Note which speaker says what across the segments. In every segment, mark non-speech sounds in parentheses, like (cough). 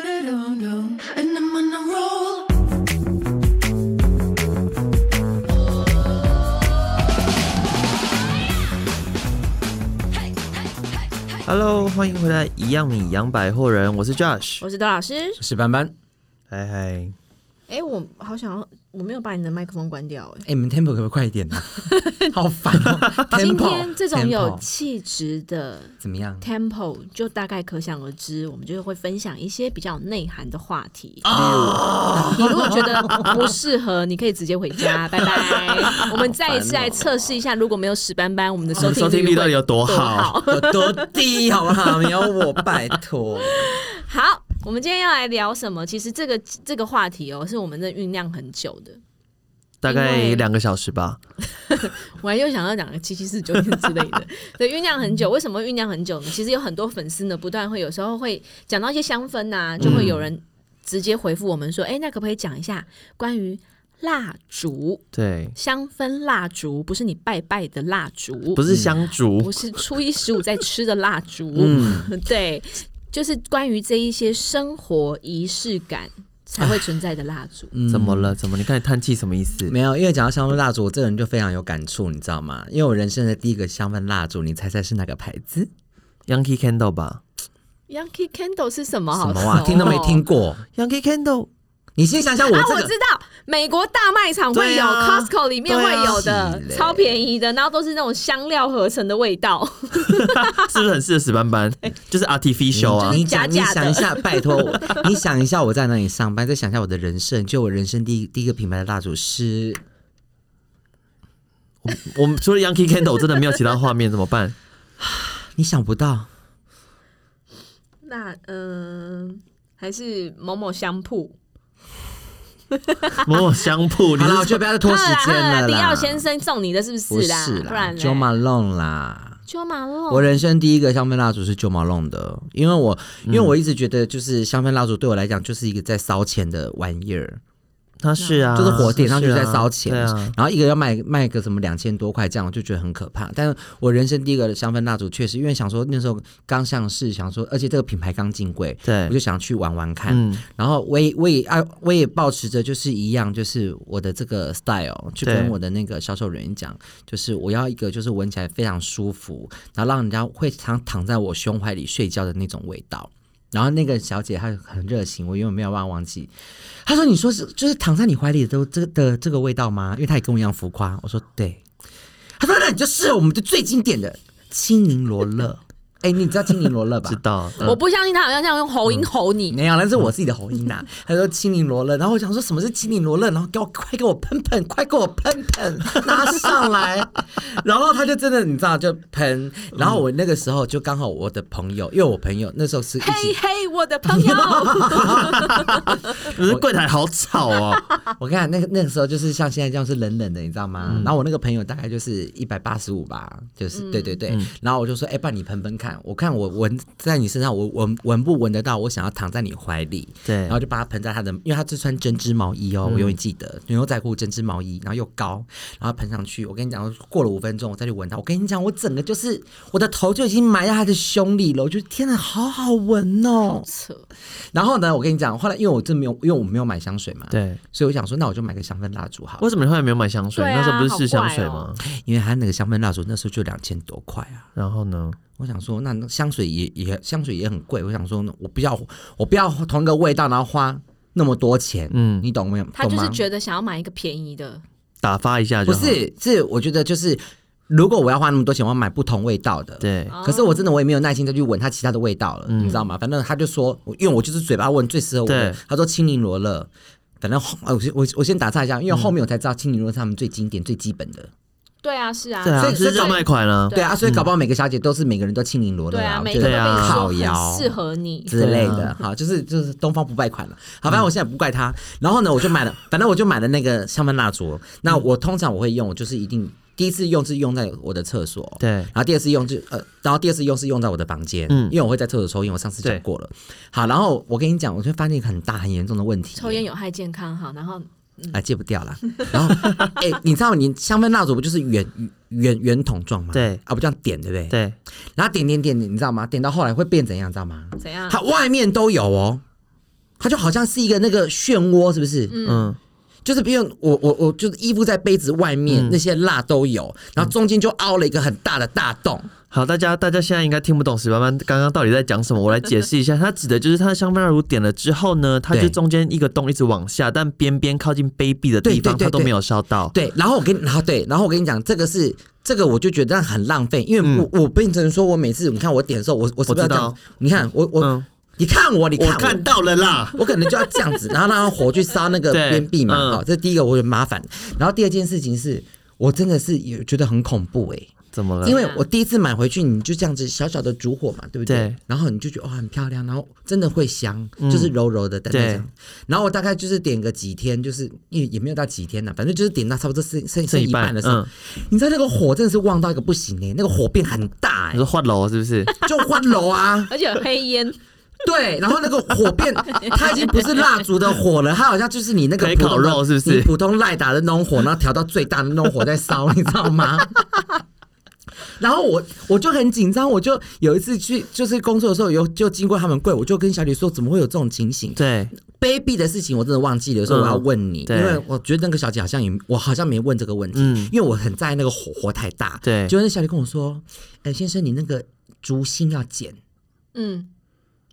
Speaker 1: And I'm on a roll.
Speaker 2: Hello，欢迎回来，一样米阳百货人，我是 Josh。
Speaker 3: 我是段老师。
Speaker 4: 是班班，
Speaker 2: 嗨嗨，
Speaker 3: 哎、我好想要，我没有把你的麦克风关掉、哎，
Speaker 4: 哎、你们 tempo 可不可以快
Speaker 3: (laughs)
Speaker 4: 一点呢、好烦哦、tempo
Speaker 3: 今天这种有
Speaker 4: tempo
Speaker 3: 气质的
Speaker 4: 怎么样？
Speaker 3: tempo，就大概可想而知，我们就是会分享一些比较有内涵的话题。你如果觉得不适合，你可以直接回 (laughs) 家，拜拜。我们再一次来测试一下，如果没有史斑斑，我们的啊收听
Speaker 2: 收听率到底有多
Speaker 3: 多
Speaker 2: 好？
Speaker 3: (laughs) 好？
Speaker 4: 有多低好不好？没有我，拜托。
Speaker 3: 好，我们今天要来聊什么？其实这个这个话题哦，是我们在酝酿很久的。
Speaker 2: 大概两个小时吧。
Speaker 3: 我还又想要讲个七七四九天之类的， (laughs) 对，酝酿很久。为什么酝酿很久呢？其实有很多粉丝呢，不断会有时候会讲到一些香氛呐、就会有人直接回复我们说：“哎、那可不可以讲一下关于蜡烛、
Speaker 2: 对，
Speaker 3: 香氛蜡烛？不是你拜拜的蜡烛，
Speaker 2: 不是香
Speaker 3: 不
Speaker 2: 烛，
Speaker 3: 是初一十五在吃的蜡烛，对，就是关于这一些生活仪式感才会存在的蜡烛。
Speaker 2: 怎么了？怎么？你看你叹气什么意思？
Speaker 4: 嗯没有，因为讲到香氛蜡烛，我这个人就非常有感触，你知道吗？因为我人生的第一个香氛蜡烛，你猜猜是哪个牌子？
Speaker 2: Yankee Candle 吧
Speaker 3: Yankee Candle 是什么？
Speaker 4: 什
Speaker 3: 好
Speaker 4: 么啊？
Speaker 3: 熟
Speaker 4: 听都没
Speaker 3: 哦
Speaker 4: 听过。
Speaker 2: ，Yankee Candle (laughs)
Speaker 4: 你先想想
Speaker 3: (laughs)
Speaker 4: 我
Speaker 3: 啊，
Speaker 4: 这
Speaker 3: 我
Speaker 4: 个，
Speaker 3: 知道，美国大卖场会
Speaker 2: 对
Speaker 3: 有、
Speaker 2: 啊
Speaker 3: Costco 里面会有的，
Speaker 4: 对啊
Speaker 3: 超便宜的，然后都是那种香料合成的味道。
Speaker 2: 是不是很适合史斑斑？就是 artificial 啊
Speaker 4: 你，你
Speaker 3: 假
Speaker 4: 讲，你
Speaker 3: 假的
Speaker 4: 想
Speaker 3: (laughs)
Speaker 4: 一下，拜托我，你想一下我在哪里上班，再想一下我的人生，就我人生第一第一个品牌的蜡烛是
Speaker 2: 我们除了 Yankee Candle 我真的没有其他画面，怎么办？
Speaker 4: 你想不到，
Speaker 3: (laughs) 那嗯、还是某某香铺。
Speaker 2: 某某香铺，你
Speaker 4: 好了，我
Speaker 2: 是
Speaker 4: 就不要再拖时间
Speaker 3: 好啦
Speaker 4: 了
Speaker 3: 迪
Speaker 4: 啦。
Speaker 3: 奥先生送你的是不
Speaker 4: 不
Speaker 3: 是
Speaker 4: 是
Speaker 3: 啦？不
Speaker 4: 啦
Speaker 3: 然嘞哦
Speaker 4: ，Jo Malone 啦。
Speaker 3: Jo Malone
Speaker 4: 我人生第一个香氛蜡烛是 Jo Malone 的，因为我
Speaker 2: 嗯
Speaker 4: 因为我一直觉得就是香氛蜡烛对我来讲就是一个在烧钱的玩意儿，
Speaker 2: 他是啊，
Speaker 4: 就是火点上去
Speaker 2: 是啊
Speaker 4: 在烧钱
Speaker 2: 对啊，，
Speaker 4: 然后一个要卖卖个什么两千多块这样，我就觉得很可怕。但是我人生第一个香氛蜡烛确实，因为想说那时候刚上市，想说而且这个品牌刚进柜，我就
Speaker 2: 对，
Speaker 4: 想去玩玩看。
Speaker 2: 嗯，
Speaker 4: 然后我也我也啊，我也保持着就是一样，就是我的这个 style 去跟
Speaker 2: 对
Speaker 4: 我的那个销售人员讲，就是我要一个就是闻起来非常舒服，然后让人家会常躺在我胸怀里睡觉的那种味道。然后那个小姐她很热情，我永远没有办法忘记。她说：“你说是就是躺在你怀里的都这的这个味道吗？”因为她也跟我一样浮夸。我说：“对。”她说：“那你就适合我们的最经典的青柠罗勒。”哎，你知道青柠罗勒吧？
Speaker 2: 知道，嗯
Speaker 3: 我不相信他好像这样用喉音吼你。
Speaker 4: 没有，那是我自己的喉音呐。 (laughs) 他说青柠罗勒，然后我想说什么是青柠罗勒，然后给我快给我喷喷，快给我喷喷， (laughs) 拿上来。然后他就真的你知道就喷，然后我那个时候就刚好我的朋友，因为我朋友那时候是一
Speaker 3: 嘿
Speaker 4: 起，
Speaker 3: 嘿，我的朋 (laughs) 友，
Speaker 2: 可是柜台好吵
Speaker 4: (laughs)
Speaker 2: 哦，
Speaker 4: 我跟你讲那个那个时候就是像现在这样是冷冷的，你知道吗？然后我那个朋友大概就是一百八十五吧，就是、对对对。然后我就说，哎、帮你喷喷看，我看我闻在你身上，我闻闻不闻得到？我想要躺在你怀里。
Speaker 2: 对
Speaker 4: 然，后就把它盆在他的，因为他是穿针织毛衣哦，我永远记得牛仔裤、针织毛衣，然后又高，然后盆上去。我跟你讲，过了五分钟我再去闻它，我跟你讲，我整个就是我的头就已经埋在他的胸里了，我觉得天哪，好好闻哦。
Speaker 3: 扯
Speaker 4: 然后呢，我跟你讲，后来因为我真没有，因为我没有买香水嘛，，
Speaker 2: 对。
Speaker 4: 所以我想说，那我就买个香氛蜡烛好了，
Speaker 2: 为什么你后来没有买香水？
Speaker 3: 对啊
Speaker 2: 那时候不是试香水吗？
Speaker 4: 因为他那个香氛蜡烛那时候就两千多块啊。
Speaker 2: 然后呢？
Speaker 4: 我想说，那那香水也也香水也很贵，我想说，我不要我不要同一个味道，然后花那么多钱，
Speaker 2: 嗯，
Speaker 4: 你懂没有？
Speaker 3: 他就
Speaker 4: 懂
Speaker 3: 是
Speaker 4: 吗
Speaker 3: 觉得想要买一个便宜的，
Speaker 2: 打发一下就
Speaker 4: 不
Speaker 2: 好。，
Speaker 4: 是，是我觉得就是，如果我要花那么多钱，我要买不同味道的。。
Speaker 3: 哦
Speaker 2: 对，嗯
Speaker 4: 可是我真的我也没有耐心再去闻它其他的味道了，你知道吗？反正他就说，我因为我就是嘴巴闻最适合我的
Speaker 2: 对，
Speaker 4: 他说青柠罗勒。反正后啊我先我我先打岔一下，因为
Speaker 2: 嗯
Speaker 4: 后面我才知道青柠罗勒是他们最经典、最基本的。
Speaker 3: 对啊，是啊，
Speaker 2: 对啊，
Speaker 4: 所以
Speaker 2: 是热卖款啊。
Speaker 3: 对
Speaker 4: 对啊，所以搞不好每个小姐都是每个人都青柠罗勒
Speaker 3: 对啊，
Speaker 4: 我
Speaker 3: 每
Speaker 4: 觉
Speaker 3: 个都
Speaker 4: 得
Speaker 2: 对啊
Speaker 3: 被
Speaker 4: 靠
Speaker 3: 说
Speaker 4: 腰
Speaker 3: 很适合你，
Speaker 4: 之
Speaker 2: 对
Speaker 4: 类
Speaker 2: 啊
Speaker 4: 的，好，就是就是东方不败款了。好，反正我现在不怪他。然后呢，我就买了，反正我就买了那个香氛蜡烛。那我通常我会用，我就是一定第一次用是用在我的厕所，
Speaker 2: 对
Speaker 4: 然后第二次用就呃，然后第二次用是用在我的房间，
Speaker 2: 嗯
Speaker 4: 因为我会在厕所抽烟，我上次讲过了。好，然后我跟你讲，我就发现一个很大很严重的问题，
Speaker 3: 抽烟有害健康哈，然后
Speaker 4: 啊，戒不掉啦。然后，哎、你知道你香氛蜡烛不就是圆圆圆筒状吗？
Speaker 2: 对
Speaker 4: 啊，不这样点，对不对？。
Speaker 2: 对，
Speaker 4: 然后点点点，你知道吗？点到后来会变怎样，你知道吗？
Speaker 3: 怎样？
Speaker 4: 它外面都有哦，它就好像是一个那个漩涡，是不是？
Speaker 2: 嗯，
Speaker 4: 就是比如我我我就是衣服在杯子外面、
Speaker 2: 嗯
Speaker 4: 那些蜡都有，然后中间就凹了一个很大的大洞。
Speaker 2: 好，大家大家现在应该听不懂史班班刚刚到底在讲什么，我来解释一
Speaker 3: (laughs)
Speaker 2: 下。它指的就是它的香氛蜡烛点了之后呢，它就
Speaker 4: 对
Speaker 2: 中间一个洞一直往下，但边边靠近杯壁的地
Speaker 4: 对对
Speaker 2: 方
Speaker 4: 对
Speaker 2: 它都
Speaker 4: 对
Speaker 2: 没有烧到。
Speaker 4: 对，然后我跟你，然后对，然后我跟你讲，这个是这个，我就觉得很浪费，因为我、我变成说，我每次你看我点的时候，我我是不是要
Speaker 2: 嗯我知
Speaker 4: 这
Speaker 2: 道
Speaker 4: 样？你看我我、
Speaker 2: 嗯
Speaker 4: 你看我，你看
Speaker 2: 我
Speaker 4: 我，
Speaker 2: 看到了啦。
Speaker 4: 我可能就要这样子，然后让它火去烧那个
Speaker 2: (laughs) 对
Speaker 4: 边壁嘛。
Speaker 2: 嗯
Speaker 4: 好、这第一个我觉得麻烦，然后第二件事情是我真的是有觉得很恐怖哎、
Speaker 2: 怎么了？
Speaker 4: 因为我第一次买回去，你就这样子小小的烛火嘛，对不对？
Speaker 2: 对嗯
Speaker 4: 然后你就觉得哇、很漂亮，然后真的会香，就是柔柔的淡
Speaker 2: 对
Speaker 4: 淡香。然后我大概就是点个几天，就是也也没有到几天了，反正就是点到差不多剩
Speaker 2: 剩
Speaker 4: 剩剩
Speaker 2: 一
Speaker 4: 一半的时候，
Speaker 2: 半嗯
Speaker 4: 你知道那个火真的是旺到一个不行哎、那个火变很大哎、
Speaker 2: 你说换楼是不
Speaker 4: (laughs)
Speaker 2: 是？
Speaker 4: 就换楼啊。
Speaker 3: 而且有黑烟，
Speaker 4: 对，然后那个火变，它已经不是蜡烛的火了，它好像就是你那个
Speaker 2: 可以
Speaker 4: 普通的
Speaker 2: 烤肉是不是
Speaker 4: 你普通赖打的那种火，然后调到最大的那种火在烧，你知道
Speaker 2: (laughs)
Speaker 4: 吗？然后我我就很紧张，我就有一次去就是工作的时候有就经过他们柜，我就跟小李说怎么会有这种情形？
Speaker 2: 对，
Speaker 4: 卑鄙的事情我真的忘记了，所以我要问你，
Speaker 2: 嗯对
Speaker 4: 因为我觉得那个小姐好像也我好像没问这个问题，
Speaker 2: 嗯
Speaker 4: 因为我很在意那个火火太大，
Speaker 2: 对
Speaker 4: 结果那小姐跟我说，哎、先生你那个烛芯要剪，
Speaker 3: 嗯，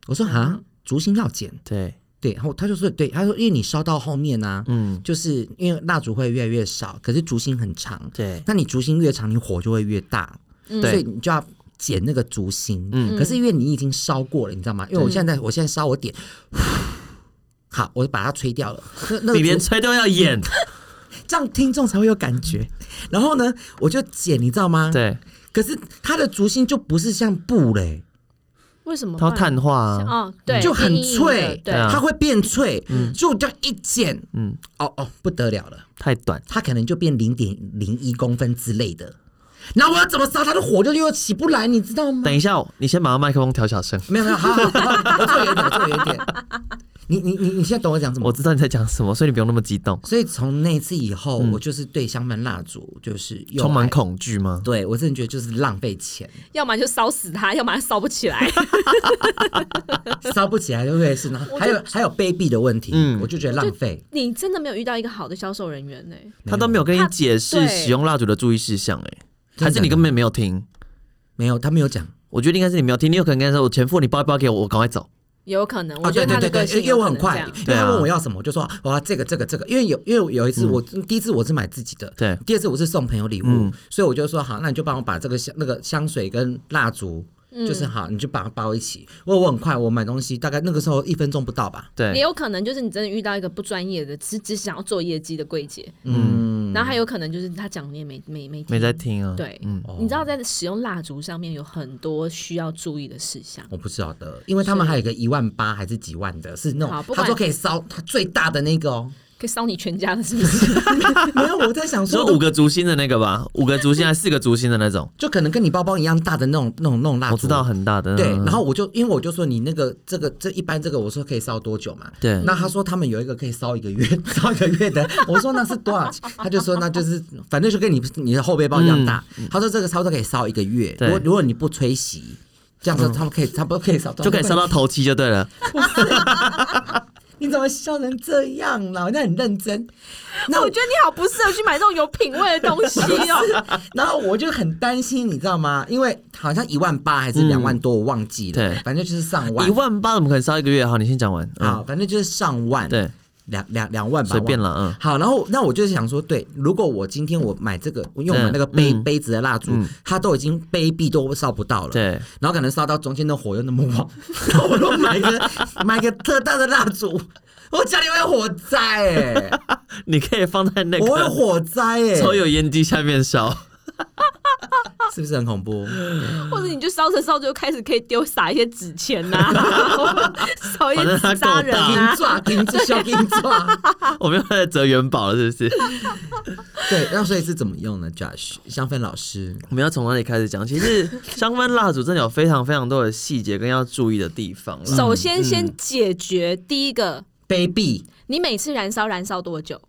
Speaker 4: 我说啊烛芯要剪。
Speaker 2: 对，
Speaker 4: 对，然后他就说，对，他说，因为你烧到后面呢、
Speaker 2: 嗯，
Speaker 4: 就是因为蜡烛会越来越少，可是烛芯很长，
Speaker 2: 对
Speaker 4: 那你烛芯越长，你火就会越大，
Speaker 3: 嗯
Speaker 4: 所以你就要剪那个烛芯。
Speaker 2: 嗯
Speaker 4: 可是因为你已经烧过了，你知道吗？因为我现在我现在烧我点，好，我把它吹掉了。那那个
Speaker 2: 你连
Speaker 4: 烛
Speaker 2: 吹都要
Speaker 4: (laughs)
Speaker 2: 演，
Speaker 4: 这样听众才会有感觉。然后呢，我就剪，你知道吗？。
Speaker 2: 对，
Speaker 4: 可是它的烛芯就不是像布嘞、
Speaker 3: 为什么
Speaker 2: 它
Speaker 3: 会？
Speaker 2: 要碳化啊，
Speaker 3: 哦，对，
Speaker 4: 就很
Speaker 3: 变硬硬的
Speaker 4: 脆，
Speaker 3: 对，
Speaker 2: 啊
Speaker 4: 它会变脆，就这样一剪，
Speaker 2: 嗯
Speaker 4: 嗯，哦哦，不得了了，
Speaker 2: 太短，
Speaker 4: 它可能就变零点零一公分之类的。然后我要怎么烧它的火就又起不来，你知道吗
Speaker 2: 等？一下，哦你先把麦克风调小声。
Speaker 4: 没有没有，好好好，我坐远一点，我坐远一
Speaker 2: (laughs)
Speaker 4: 点。你你你你现在懂我讲什
Speaker 2: 我
Speaker 4: 么？
Speaker 2: 知道你在讲什么，所以你不用那么激动。
Speaker 4: 所以从那次以后，我就是对香氛蜡烛就是
Speaker 2: 嗯
Speaker 4: 又
Speaker 2: 充满
Speaker 4: 爱。
Speaker 2: 恐惧吗？
Speaker 4: 对我真的觉得就是浪费钱，
Speaker 3: 要么就烧死 (laughs) 它，要么它烧不起来。
Speaker 4: 烧不起来就会是呢。还有还有卑鄙的问题，
Speaker 2: 嗯
Speaker 4: 我就觉得浪费。
Speaker 3: 你真的没有遇到一个好的销售人员呢、
Speaker 4: 哎
Speaker 2: 他都没有跟你解释
Speaker 3: 他对
Speaker 2: 使用蜡烛的注意事项，哎，
Speaker 4: 真的
Speaker 2: 还是你根本没有听？
Speaker 4: 没有，他没有讲。
Speaker 2: 我觉得应该是你没有听，你有可能跟他说：“我前夫，你包一包给我，我赶快走。
Speaker 3: 有可能，
Speaker 4: 哦，
Speaker 3: 我觉得
Speaker 4: 对对
Speaker 3: 他的
Speaker 4: 对对
Speaker 3: 个，性
Speaker 4: 因为
Speaker 3: 有
Speaker 4: 我
Speaker 3: 可
Speaker 4: 很
Speaker 3: 能这
Speaker 4: 快
Speaker 3: 样，嗯
Speaker 4: 因为
Speaker 2: 对啊
Speaker 4: 他问我要什么，我就说我要这个这个这个，因为有因为有一次我第一次我是买自己的，
Speaker 2: 对
Speaker 4: 第二次我是送朋友礼物
Speaker 2: 嗯，
Speaker 4: 所以我就说好，那你就帮我把这个香那个香水跟蜡烛，
Speaker 3: 嗯
Speaker 4: 就是好，你就把它包一起。我我很快，我买东西大概那个时候一分钟不到吧”，
Speaker 3: 也
Speaker 2: 对，
Speaker 3: 有可能就是你真的遇到一个不专业的，只只想要做业绩的柜姐，
Speaker 4: 嗯，
Speaker 3: 然后还有可能就是他讲你也没没没
Speaker 2: 没
Speaker 3: 听
Speaker 2: 在听啊。
Speaker 3: 对，
Speaker 2: 嗯，
Speaker 3: 你知道在使用蜡烛上面有很多需要注意的事项。
Speaker 4: 我不知道的，因为他们还有一个一万八还是几万的，是那
Speaker 3: 好
Speaker 4: 种
Speaker 3: 不
Speaker 4: 他
Speaker 3: 管
Speaker 4: 说可以烧它最大的那个
Speaker 3: (laughs)
Speaker 4: 哦，
Speaker 3: 可以烧你全家的，是不
Speaker 4: (laughs)
Speaker 3: 是？
Speaker 4: 没有，我在想
Speaker 2: 说
Speaker 4: 说
Speaker 2: 五个竹心的那个吧，五个竹心还是四个竹心的那种，
Speaker 4: 就可能跟你包包一样大的那种那种那种蜡烛，
Speaker 2: 我知道很大的。
Speaker 4: 对，
Speaker 2: 嗯
Speaker 4: 然后我就因为我就说你那个这个这一般这个我说可以烧多久嘛？
Speaker 2: 对
Speaker 4: 那他说他们有一个可以烧一个月， (laughs) 烧一个月的，我说那是多少钱？他就说那就是反正就跟你你的后背包一样大。他说这个差不多可以烧一个月，
Speaker 2: 嗯对嗯
Speaker 4: 如果如果你不吹熄，这样子他们可以差不多可以烧
Speaker 2: 就可以烧
Speaker 4: 到。
Speaker 2: 到头七就对了。
Speaker 4: 你怎么笑成这样啦？我那很认真。那我
Speaker 3: 我觉得你好不适合去买这种有品味的东西 (laughs) 哦。
Speaker 4: 然后我就很担心，你知道吗？因为好像一万八还是两万多，我忘记了。
Speaker 2: 嗯对
Speaker 4: 反正就是上万。
Speaker 2: 一万八怎么可能烧一个月？好，你先讲完。
Speaker 4: 啊，
Speaker 2: 嗯，
Speaker 4: 反正就是上万。
Speaker 2: 对，
Speaker 4: 两两两万吧，
Speaker 2: 随便
Speaker 4: 忘
Speaker 2: 了
Speaker 4: 了，
Speaker 2: 嗯。
Speaker 4: 好，然后那我就是想说，对，如果我今天我买这个，因为我们那个
Speaker 2: 对
Speaker 4: 杯、
Speaker 2: 嗯
Speaker 4: 杯子的蜡烛，
Speaker 2: 嗯
Speaker 4: 它都已经杯壁都烧不到了，
Speaker 2: 对，
Speaker 4: 然后可能烧到中间的火又那么旺， (laughs) 然后我又买个 (laughs) 买个特大的蜡烛，我家里会火灾哎、
Speaker 2: (laughs) 你哎可以放在那
Speaker 4: 我会啊
Speaker 2: 个
Speaker 4: 火灾哎、
Speaker 2: 抽油烟机下面烧。
Speaker 4: 是不是很
Speaker 2: (laughs)
Speaker 4: 恐怖？
Speaker 3: 或者你就烧着烧着就开始可以丢撒一些纸钱呐、
Speaker 2: (laughs)
Speaker 3: 烧一些纸扎人
Speaker 4: 金
Speaker 3: 啊。
Speaker 4: 抓金抓金抓，
Speaker 2: 我们要在折元宝了，是不是？
Speaker 4: 对，那所以是怎么用呢？Josh 香氛老师，
Speaker 2: 我们要从哪里开始讲？其
Speaker 4: (laughs)
Speaker 2: 实香氛蜡烛真的有非常非常多的细节跟要注意的地方
Speaker 3: 嗯
Speaker 2: 啦。
Speaker 3: 首先，先解决第一个，
Speaker 4: 杯壁
Speaker 3: 你每次燃烧燃烧多久？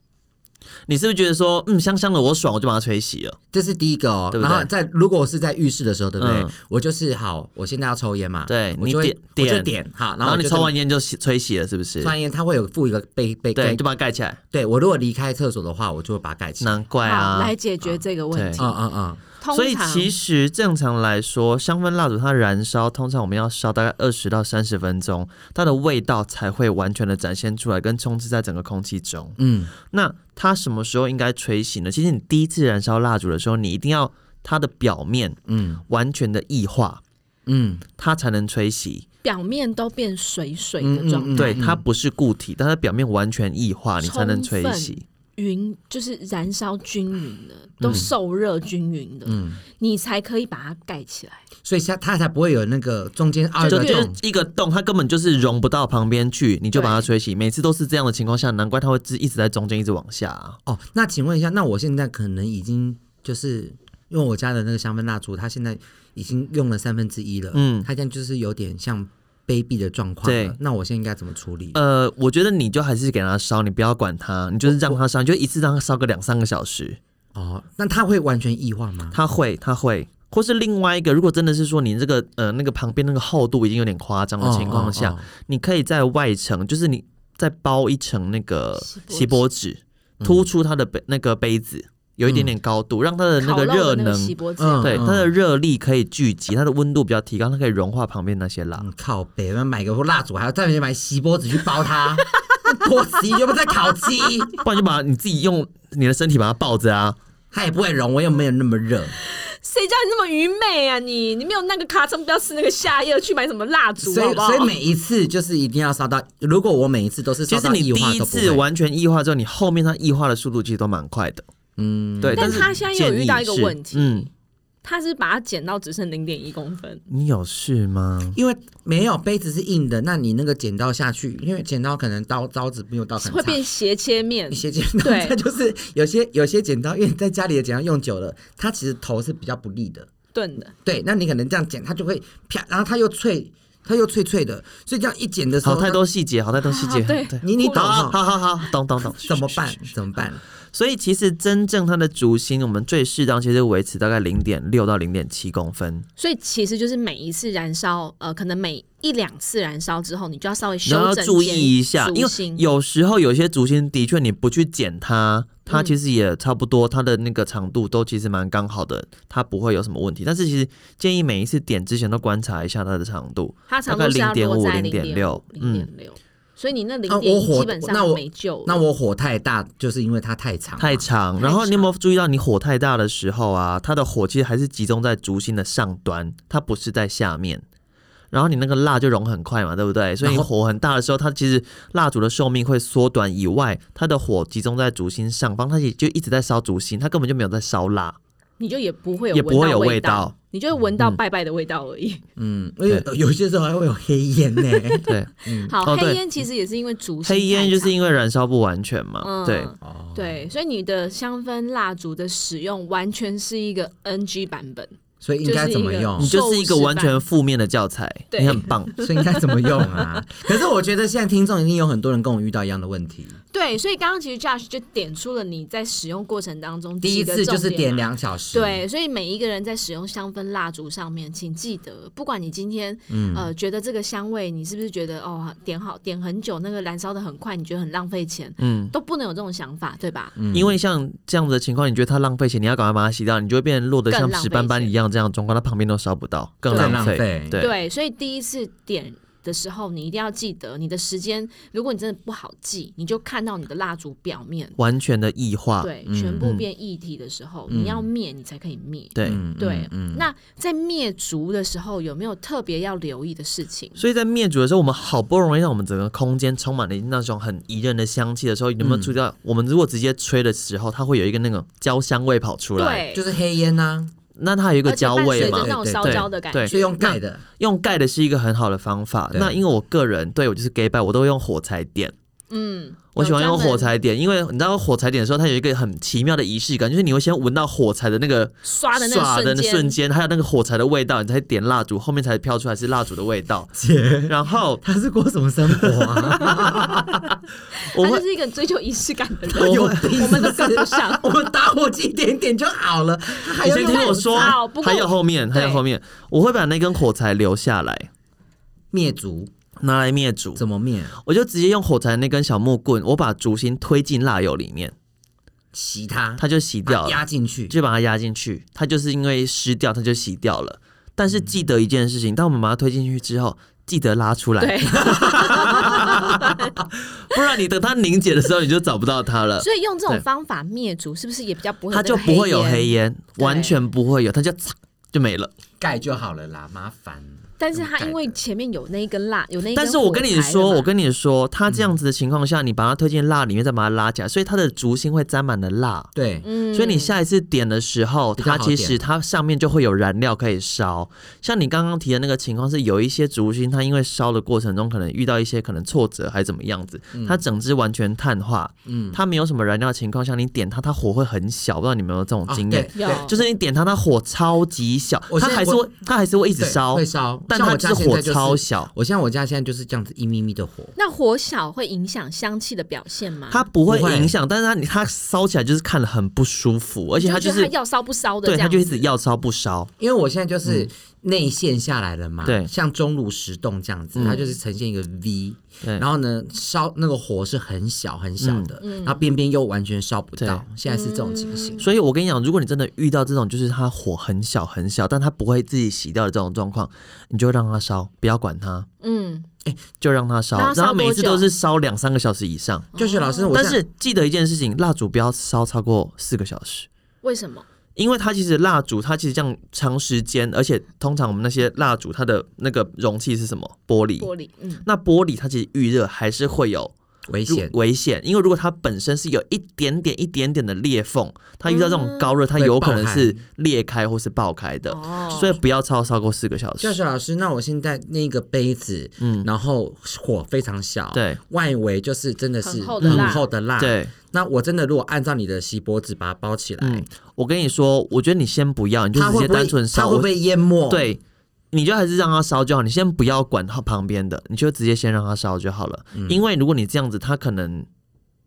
Speaker 2: 你是不是觉得说，嗯，香香的我爽，我就把它吹熄了？
Speaker 4: 这是第一个哦，
Speaker 2: 对不对
Speaker 4: 然后在如果我是在浴室的时候，对不对？
Speaker 2: 嗯
Speaker 4: 我就是好，我现在要抽烟嘛，
Speaker 2: 对
Speaker 4: 我就会
Speaker 2: 你点
Speaker 4: 我就
Speaker 2: 点
Speaker 4: 点好，
Speaker 2: 然后
Speaker 4: 后
Speaker 2: 你
Speaker 4: 就
Speaker 2: 抽完烟就熄吹熄了，是不是
Speaker 4: 抽？完烟，它会有附一个被被
Speaker 2: 对，
Speaker 4: 盖
Speaker 2: 你就，把它盖起来。
Speaker 4: 对我如果离开厕所的话，我就会把它盖起来。
Speaker 2: 难怪
Speaker 3: 好
Speaker 2: 啊，
Speaker 3: 来解决这个问题。
Speaker 4: 嗯嗯嗯，
Speaker 3: 通
Speaker 2: 所以
Speaker 3: 常
Speaker 2: 其实正常来说，香氛蜡烛它燃烧，通常我们要烧大概二十到三十分钟，它的味道才会完全的展现出来，跟充斥在整个空气中。
Speaker 4: 嗯，
Speaker 2: 那它什么时候应该吹熄呢？其实你第一次燃烧蜡烛的时候，你一定要它的表面
Speaker 4: 嗯
Speaker 2: 完全的异化，
Speaker 4: 嗯
Speaker 2: 它才能吹熄。
Speaker 3: 表面都变水水的状态，
Speaker 4: 嗯
Speaker 2: 对，它不是固体，但它表面完全异化，你才能吹
Speaker 3: 充分
Speaker 2: 熄。
Speaker 3: 匀就是燃烧均匀的，
Speaker 2: 嗯
Speaker 3: 都受热均匀的，你才可以把它盖起来。
Speaker 4: 所以它它才不会有那个中间二
Speaker 2: 就
Speaker 4: 个
Speaker 2: 就是
Speaker 4: 洞。
Speaker 2: 一个洞，它根本就是融不到旁边去，你就把它吹熄。每次都是这样的情况下，难怪它会一直一直在中间一直往下、啊。
Speaker 4: 哦，那请问一下，那我现在可能已经就是因为我家的那个香氛蜡烛，它现在已经用了三分之一了，
Speaker 2: 嗯
Speaker 4: 它现在就是有点像卑鄙的状况了
Speaker 2: 对。
Speaker 4: 那我现在应该怎么处理？
Speaker 2: 呃，我觉得你就还是给它烧，你不要管它，你就是让它烧，你就一次让它烧个两三个小时。
Speaker 4: 哦，那它会完全异化吗？
Speaker 2: 它会，它会，或是另外一个，如果真的是说你这个呃那个旁边那个厚度已经有点夸张的情况下，
Speaker 4: 哦哦哦
Speaker 2: 你可以在外层，就是你再包一层那个
Speaker 3: 锡
Speaker 2: 锡箔纸，突出它的杯那个杯子有一点点高度，让它的那
Speaker 3: 嗯烤
Speaker 2: 个
Speaker 3: 肉
Speaker 2: 热
Speaker 3: 的那个
Speaker 2: 能
Speaker 3: 锡箔纸，
Speaker 4: 嗯
Speaker 2: 对，它的热力可以聚集，它的温度比较提高，它可以融化旁边那些蜡。
Speaker 4: 嗯，靠北，那买个蜡烛还要再买锡箔纸去
Speaker 2: (laughs)
Speaker 4: 包它，箔纸又不在烤鸡，
Speaker 2: 不然就把你自己用你的身体把它抱着啊。
Speaker 4: 它也不会融，我又没有那么热。
Speaker 3: 谁叫你那么愚昧啊你？你没有那个咔嚓，不要吃那个夏夜去买什么蜡烛
Speaker 4: 所
Speaker 3: 好
Speaker 4: 以，
Speaker 3: 不好？
Speaker 4: 所以每一次就是一定要烧到。如果我每一次都
Speaker 2: (laughs)
Speaker 4: 是
Speaker 2: 其
Speaker 4: 烧
Speaker 2: 实
Speaker 4: 到
Speaker 2: 你
Speaker 4: 异化
Speaker 2: 第一
Speaker 4: 都不
Speaker 2: 次
Speaker 4: 会，
Speaker 2: 完全异化之后，你后面它异化的速度其实都蛮快的。
Speaker 4: 嗯，
Speaker 2: 对，
Speaker 3: 但
Speaker 2: 是
Speaker 3: 他现在有
Speaker 2: 建
Speaker 3: 遇
Speaker 2: 议
Speaker 3: 到一个
Speaker 2: 是
Speaker 3: 问题
Speaker 2: 嗯，
Speaker 3: 他是把它剪到只剩零点一公分，
Speaker 2: 你有事吗？
Speaker 4: 因为没有杯子是硬的，那你那个剪刀下去，因为剪刀可能刀刀子没有
Speaker 2: 哦
Speaker 4: 刀很
Speaker 3: 会
Speaker 4: 长
Speaker 3: 变斜切面
Speaker 4: 一。些剪刀，
Speaker 3: 对
Speaker 4: (laughs) 它就是有些有些剪刀，因为在家里的剪刀用久了，它其实头是比较不利的。
Speaker 3: 钝的，
Speaker 4: 对，那你可能这样剪，它就会啪，然后它又脆，它又脆脆的，所以这样一剪的时候，
Speaker 2: 好太多细节，好太多
Speaker 3: (laughs)
Speaker 2: 细节。
Speaker 3: 啊对
Speaker 4: 你你懂
Speaker 2: 好 (laughs)
Speaker 4: 哈
Speaker 2: 好好好好，懂懂 (laughs) 懂。
Speaker 4: 怎么办？怎么办？
Speaker 2: 所以其实真正它的烛芯，我们最适当其实维持大概零点六到零点七公分，
Speaker 3: 所以其实就是每一次燃烧，呃，可能每一两次燃烧之后，你就要稍微
Speaker 2: 你
Speaker 3: 修
Speaker 2: 要
Speaker 3: 整
Speaker 2: 注意一下，
Speaker 3: 间
Speaker 2: 因
Speaker 3: 烛
Speaker 2: 为
Speaker 3: 芯
Speaker 2: 有时候有些烛芯的确你不去剪它，它
Speaker 3: 嗯
Speaker 2: 其实也差不多，它的那个长度都其实蛮刚好的，它不会有什么问题。但是其实建议每一次点之前都观察一下它的长度，
Speaker 3: 它长
Speaker 2: 大概
Speaker 3: 度是要落
Speaker 2: 0.5
Speaker 3: 在零点
Speaker 2: 0.6
Speaker 3: 零点六，所以你那零
Speaker 4: 啊
Speaker 3: 点
Speaker 4: 我火
Speaker 3: 基本
Speaker 4: 那
Speaker 3: 上
Speaker 4: 我
Speaker 3: 没救了。
Speaker 4: 那我火太大，就是因为它太长嘛，
Speaker 2: 太长。然后你有没有注意到，你火太大的时候啊，它的火其实还是集中在烛芯的上端，它不是在下面。然后你那个蜡就融很快嘛，对不对？所以你
Speaker 4: 然
Speaker 2: 火很大的时候，它其实蜡烛的寿命会缩短以外，它的火集中在烛芯上方，它也就一直在烧烛芯，它根本就没有在烧蜡。
Speaker 3: 你就也不会有
Speaker 2: 也不会有
Speaker 3: 味
Speaker 2: 味道，嗯
Speaker 3: 你就会闻到拜拜的味道而已。
Speaker 4: 嗯，因为有些时候还会有黑烟 (laughs) 呢、
Speaker 2: 对，
Speaker 3: 好，
Speaker 2: 哦对
Speaker 3: 黑烟其实也是因为烛芯
Speaker 2: 黑烟就是
Speaker 3: 太
Speaker 2: 因为燃烧不完全嘛。
Speaker 3: 长
Speaker 2: 对，
Speaker 4: 哦
Speaker 3: 嗯对，所以你的香氛蜡烛的使用完全是一个 NG 版本，
Speaker 4: 所以应该怎么用
Speaker 2: 你？就是一个完
Speaker 3: 受
Speaker 2: 全
Speaker 3: 物
Speaker 2: 负面的教材，
Speaker 3: 对
Speaker 2: 你很棒。
Speaker 4: (laughs) 所以应该怎么用啊？ (laughs) 可是我觉得现在听众一定有很多人跟我遇到一样的问题。
Speaker 3: 对，所以刚刚其实 Josh 就点出了你在使用过程当中
Speaker 4: 第一
Speaker 3: 几个
Speaker 4: 次就
Speaker 3: 重
Speaker 4: 是
Speaker 3: 点啊
Speaker 4: 点
Speaker 3: 嘛
Speaker 4: 两小时，，
Speaker 3: 对，所以每一个人在使用香氛蜡烛上面，请记得，不管你今天、
Speaker 4: 嗯
Speaker 3: 呃觉得这个香味，你是不是觉得哦点好点很久，那个燃烧的很快，你觉得很浪费钱，
Speaker 2: 嗯，
Speaker 3: 都不能有这种想法，对吧？
Speaker 2: 因为像这样子的情况，你觉得它浪费钱，你要赶快把它洗掉，你就会变得落得像
Speaker 3: 更浪
Speaker 2: 屎
Speaker 3: 费
Speaker 2: 斑斑
Speaker 3: 钱
Speaker 2: 一样这样的状况，它旁边都烧不到，更
Speaker 4: 更
Speaker 2: 浪
Speaker 4: 浪
Speaker 2: 费。
Speaker 4: 费
Speaker 2: 对，
Speaker 3: 对，所以第一次点。的时候，你一定要记得你的时间。如果你真的不好记，你就看到你的蜡烛表面，
Speaker 2: 完全的异化。
Speaker 3: 对，全部变液体的时候，你要灭，你才可以灭。
Speaker 2: 嗯对
Speaker 4: 嗯
Speaker 2: 嗯
Speaker 3: 对，那在灭烛的时候，有没有特别要留意的事情？
Speaker 2: 所以在灭烛的时候，我们好不容易让我们整个空间充满了那种很宜人的香气的时候，你有没有注意到？我们如果直接吹的时候，它会有一个那种焦香味跑出来，
Speaker 3: 对，
Speaker 4: 就是黑烟呐、
Speaker 2: 那它有一
Speaker 3: 而
Speaker 2: 个
Speaker 3: 且
Speaker 2: 焦
Speaker 3: 伴随
Speaker 2: 味
Speaker 3: 着
Speaker 2: 嘛
Speaker 4: 对
Speaker 3: 那。种
Speaker 4: 对
Speaker 3: 烧
Speaker 2: 对
Speaker 3: 焦的感觉。
Speaker 2: 对
Speaker 4: 所以用盖的。
Speaker 2: 用盖的是一个很好的方法。
Speaker 4: 对
Speaker 2: 那因为我个人对我就是 gay 拜，我都会用火柴点。
Speaker 3: 嗯，
Speaker 2: 我喜欢
Speaker 3: 有
Speaker 2: 用
Speaker 3: 专门
Speaker 2: 火柴点，因为你知道火柴点的时候，它有一个很奇妙的仪式感，就是你会先闻到火柴的那个
Speaker 3: 刷的那
Speaker 2: 唰
Speaker 3: 个
Speaker 2: 的那
Speaker 3: 瞬
Speaker 2: 瞬
Speaker 3: 间，
Speaker 2: 间，还有那个火柴的味道，你才点蜡烛，后面
Speaker 3: (laughs)
Speaker 4: (laughs)
Speaker 2: 才飘出来是蜡烛的味道。
Speaker 4: 姐，
Speaker 2: 然后
Speaker 4: 他是过什么生活啊？
Speaker 2: 我
Speaker 3: 他就
Speaker 2: 会
Speaker 3: 是一个追求仪式感的人，
Speaker 2: (laughs) 我
Speaker 4: 有病。
Speaker 3: 我们都跟不上
Speaker 4: (laughs) 我们打火机点点就好了，他还
Speaker 2: 你
Speaker 4: 要
Speaker 2: 先
Speaker 4: 用
Speaker 2: 听我说
Speaker 3: 哦不，过
Speaker 2: 还有后面，还有
Speaker 3: 对
Speaker 2: 后面，我会把那根火柴留下来，
Speaker 4: 灭烛
Speaker 2: 拿来灭烛。
Speaker 4: 怎么灭？
Speaker 2: 我就直接用火柴那根小木棍，我把烛芯推进蜡油里面，
Speaker 4: 洗它，
Speaker 2: 它就熄
Speaker 4: 把
Speaker 2: 掉
Speaker 3: 哎
Speaker 4: 它
Speaker 2: 了，
Speaker 4: 压进去，
Speaker 2: 就把它压进去。它就是因为湿掉，它就熄掉了。但
Speaker 3: 嗯
Speaker 2: 是记得一件事情，当我们把它推进去之后，记得拉出来，
Speaker 3: 对，
Speaker 2: 不然你等它凝结的时候，你就找不到它了。
Speaker 3: 所以用这种
Speaker 2: 对
Speaker 3: 方法灭烛，是不是也比较不会
Speaker 2: 它
Speaker 3: 那
Speaker 2: 就
Speaker 3: 个
Speaker 2: 不会有黑
Speaker 3: 烟？
Speaker 2: 烟，
Speaker 3: 对
Speaker 2: 完全不会有，它就嚓就没了。
Speaker 4: 盖就好了啦，麻烦。
Speaker 3: 但是它
Speaker 4: 盖
Speaker 3: 因为
Speaker 4: 的
Speaker 3: 前面有那一根蜡，有那一根
Speaker 2: 但是我跟
Speaker 3: 火
Speaker 2: 你
Speaker 3: 柴
Speaker 2: 说，
Speaker 3: 了嘛
Speaker 2: 我跟你说，它这样子的情况下，你把它推进蜡里面，再把它拉起来，所以它的烛芯会沾满了蜡。
Speaker 4: 对，
Speaker 3: 嗯
Speaker 2: 所以你下一次点的时候，
Speaker 4: 比较
Speaker 2: 它
Speaker 4: 好
Speaker 2: 其
Speaker 4: 点
Speaker 2: 实它上面就会有燃料可以烧。像你刚刚提的那个情况是，有一些竹芯它因为烧的过程中可能遇到一些可能挫折还怎么样子，它整只完全碳化，
Speaker 4: 嗯，
Speaker 2: 它没有什么燃料的情况下，你点它，它火会很小。不知道你们有没有这种
Speaker 4: 哦
Speaker 2: 经验？
Speaker 4: 对
Speaker 3: 有
Speaker 4: 对
Speaker 2: 就是你点它，它火超级小，
Speaker 4: 我
Speaker 2: 它
Speaker 4: 现在
Speaker 2: 还是
Speaker 4: 我
Speaker 2: 会它还是会一直
Speaker 4: 对
Speaker 2: 烧
Speaker 4: 会，烧，
Speaker 2: 但
Speaker 4: 像
Speaker 2: 它
Speaker 4: 我
Speaker 2: 就
Speaker 4: 家
Speaker 2: 是
Speaker 4: 现
Speaker 2: 火
Speaker 4: 在就
Speaker 2: 超
Speaker 4: 是，
Speaker 2: 小，
Speaker 4: 我像我家现在就是这样子一咪咪的火，
Speaker 3: 那火小会影响香气的表现吗？
Speaker 2: 它不会
Speaker 4: 不会
Speaker 2: 影响，但是它你它烧起来就是看了很不舒服，而且
Speaker 3: 你
Speaker 2: 它
Speaker 3: 就
Speaker 2: 就是
Speaker 3: 它要烧不烧的
Speaker 2: 对
Speaker 3: 这
Speaker 2: 它
Speaker 3: 样
Speaker 2: 就一
Speaker 3: 子，
Speaker 2: 直要烧不烧，
Speaker 4: 因为我现在就是内线下来了嘛，
Speaker 2: 嗯对嗯
Speaker 4: 像钟乳石洞这样子，它就是呈现一个 V，
Speaker 2: 对
Speaker 4: 然后呢烧那个火是很小很小的，
Speaker 2: 嗯
Speaker 4: 然后边边又完全烧不到，现在是这种情形。
Speaker 2: 所以我跟你讲，如果你真的遇到这种，就是它火很小很小，但它不会自己洗掉的这种状况，你就让它烧，不要管它，
Speaker 3: 嗯，
Speaker 2: 就让它烧
Speaker 3: 让它，烧
Speaker 2: 然后每
Speaker 3: 多
Speaker 2: 次
Speaker 3: 久
Speaker 2: 都是烧两三个小时以上。
Speaker 4: 就是老师，我
Speaker 2: 但
Speaker 4: 现在
Speaker 2: 是记得一件事情，蜡烛不要烧超过四个小时，
Speaker 3: 为什么？
Speaker 2: 因为它其实蜡烛它其实这样长时间，而且通常我们那些蜡烛它的那个容器是什么？玻璃。
Speaker 3: 玻璃，嗯，
Speaker 2: 那玻璃它其实预热还是会有
Speaker 4: 危
Speaker 2: 如
Speaker 4: 险，
Speaker 2: 危险，因为如果它本身是有一点点、一点点的裂缝，它遇到这种高热，它有可能是裂开或是爆开的，
Speaker 3: 哦
Speaker 2: 所以不要超超过四个小
Speaker 4: 教
Speaker 2: 时。
Speaker 4: 授老师，那我现在那个杯子，嗯，然后火非常小，
Speaker 2: 对，
Speaker 4: 外围就是真的是
Speaker 3: 很厚的蜡
Speaker 4: 很厚的蜡，。
Speaker 2: 对，
Speaker 4: 那我真的如果按照你的锡箔纸把它包起来，
Speaker 2: 嗯，我跟你说，我觉得你先不要，你就
Speaker 4: 它
Speaker 2: 直
Speaker 4: 会
Speaker 2: 接
Speaker 4: 不会
Speaker 2: 单纯
Speaker 4: 它
Speaker 2: 烧，
Speaker 4: 会被淹没？
Speaker 2: 我，对，你就还是让它烧就好，你先不要管它旁边的，你就直接先让它烧就好了。
Speaker 4: 嗯
Speaker 2: 因为如果你这样子，它可能，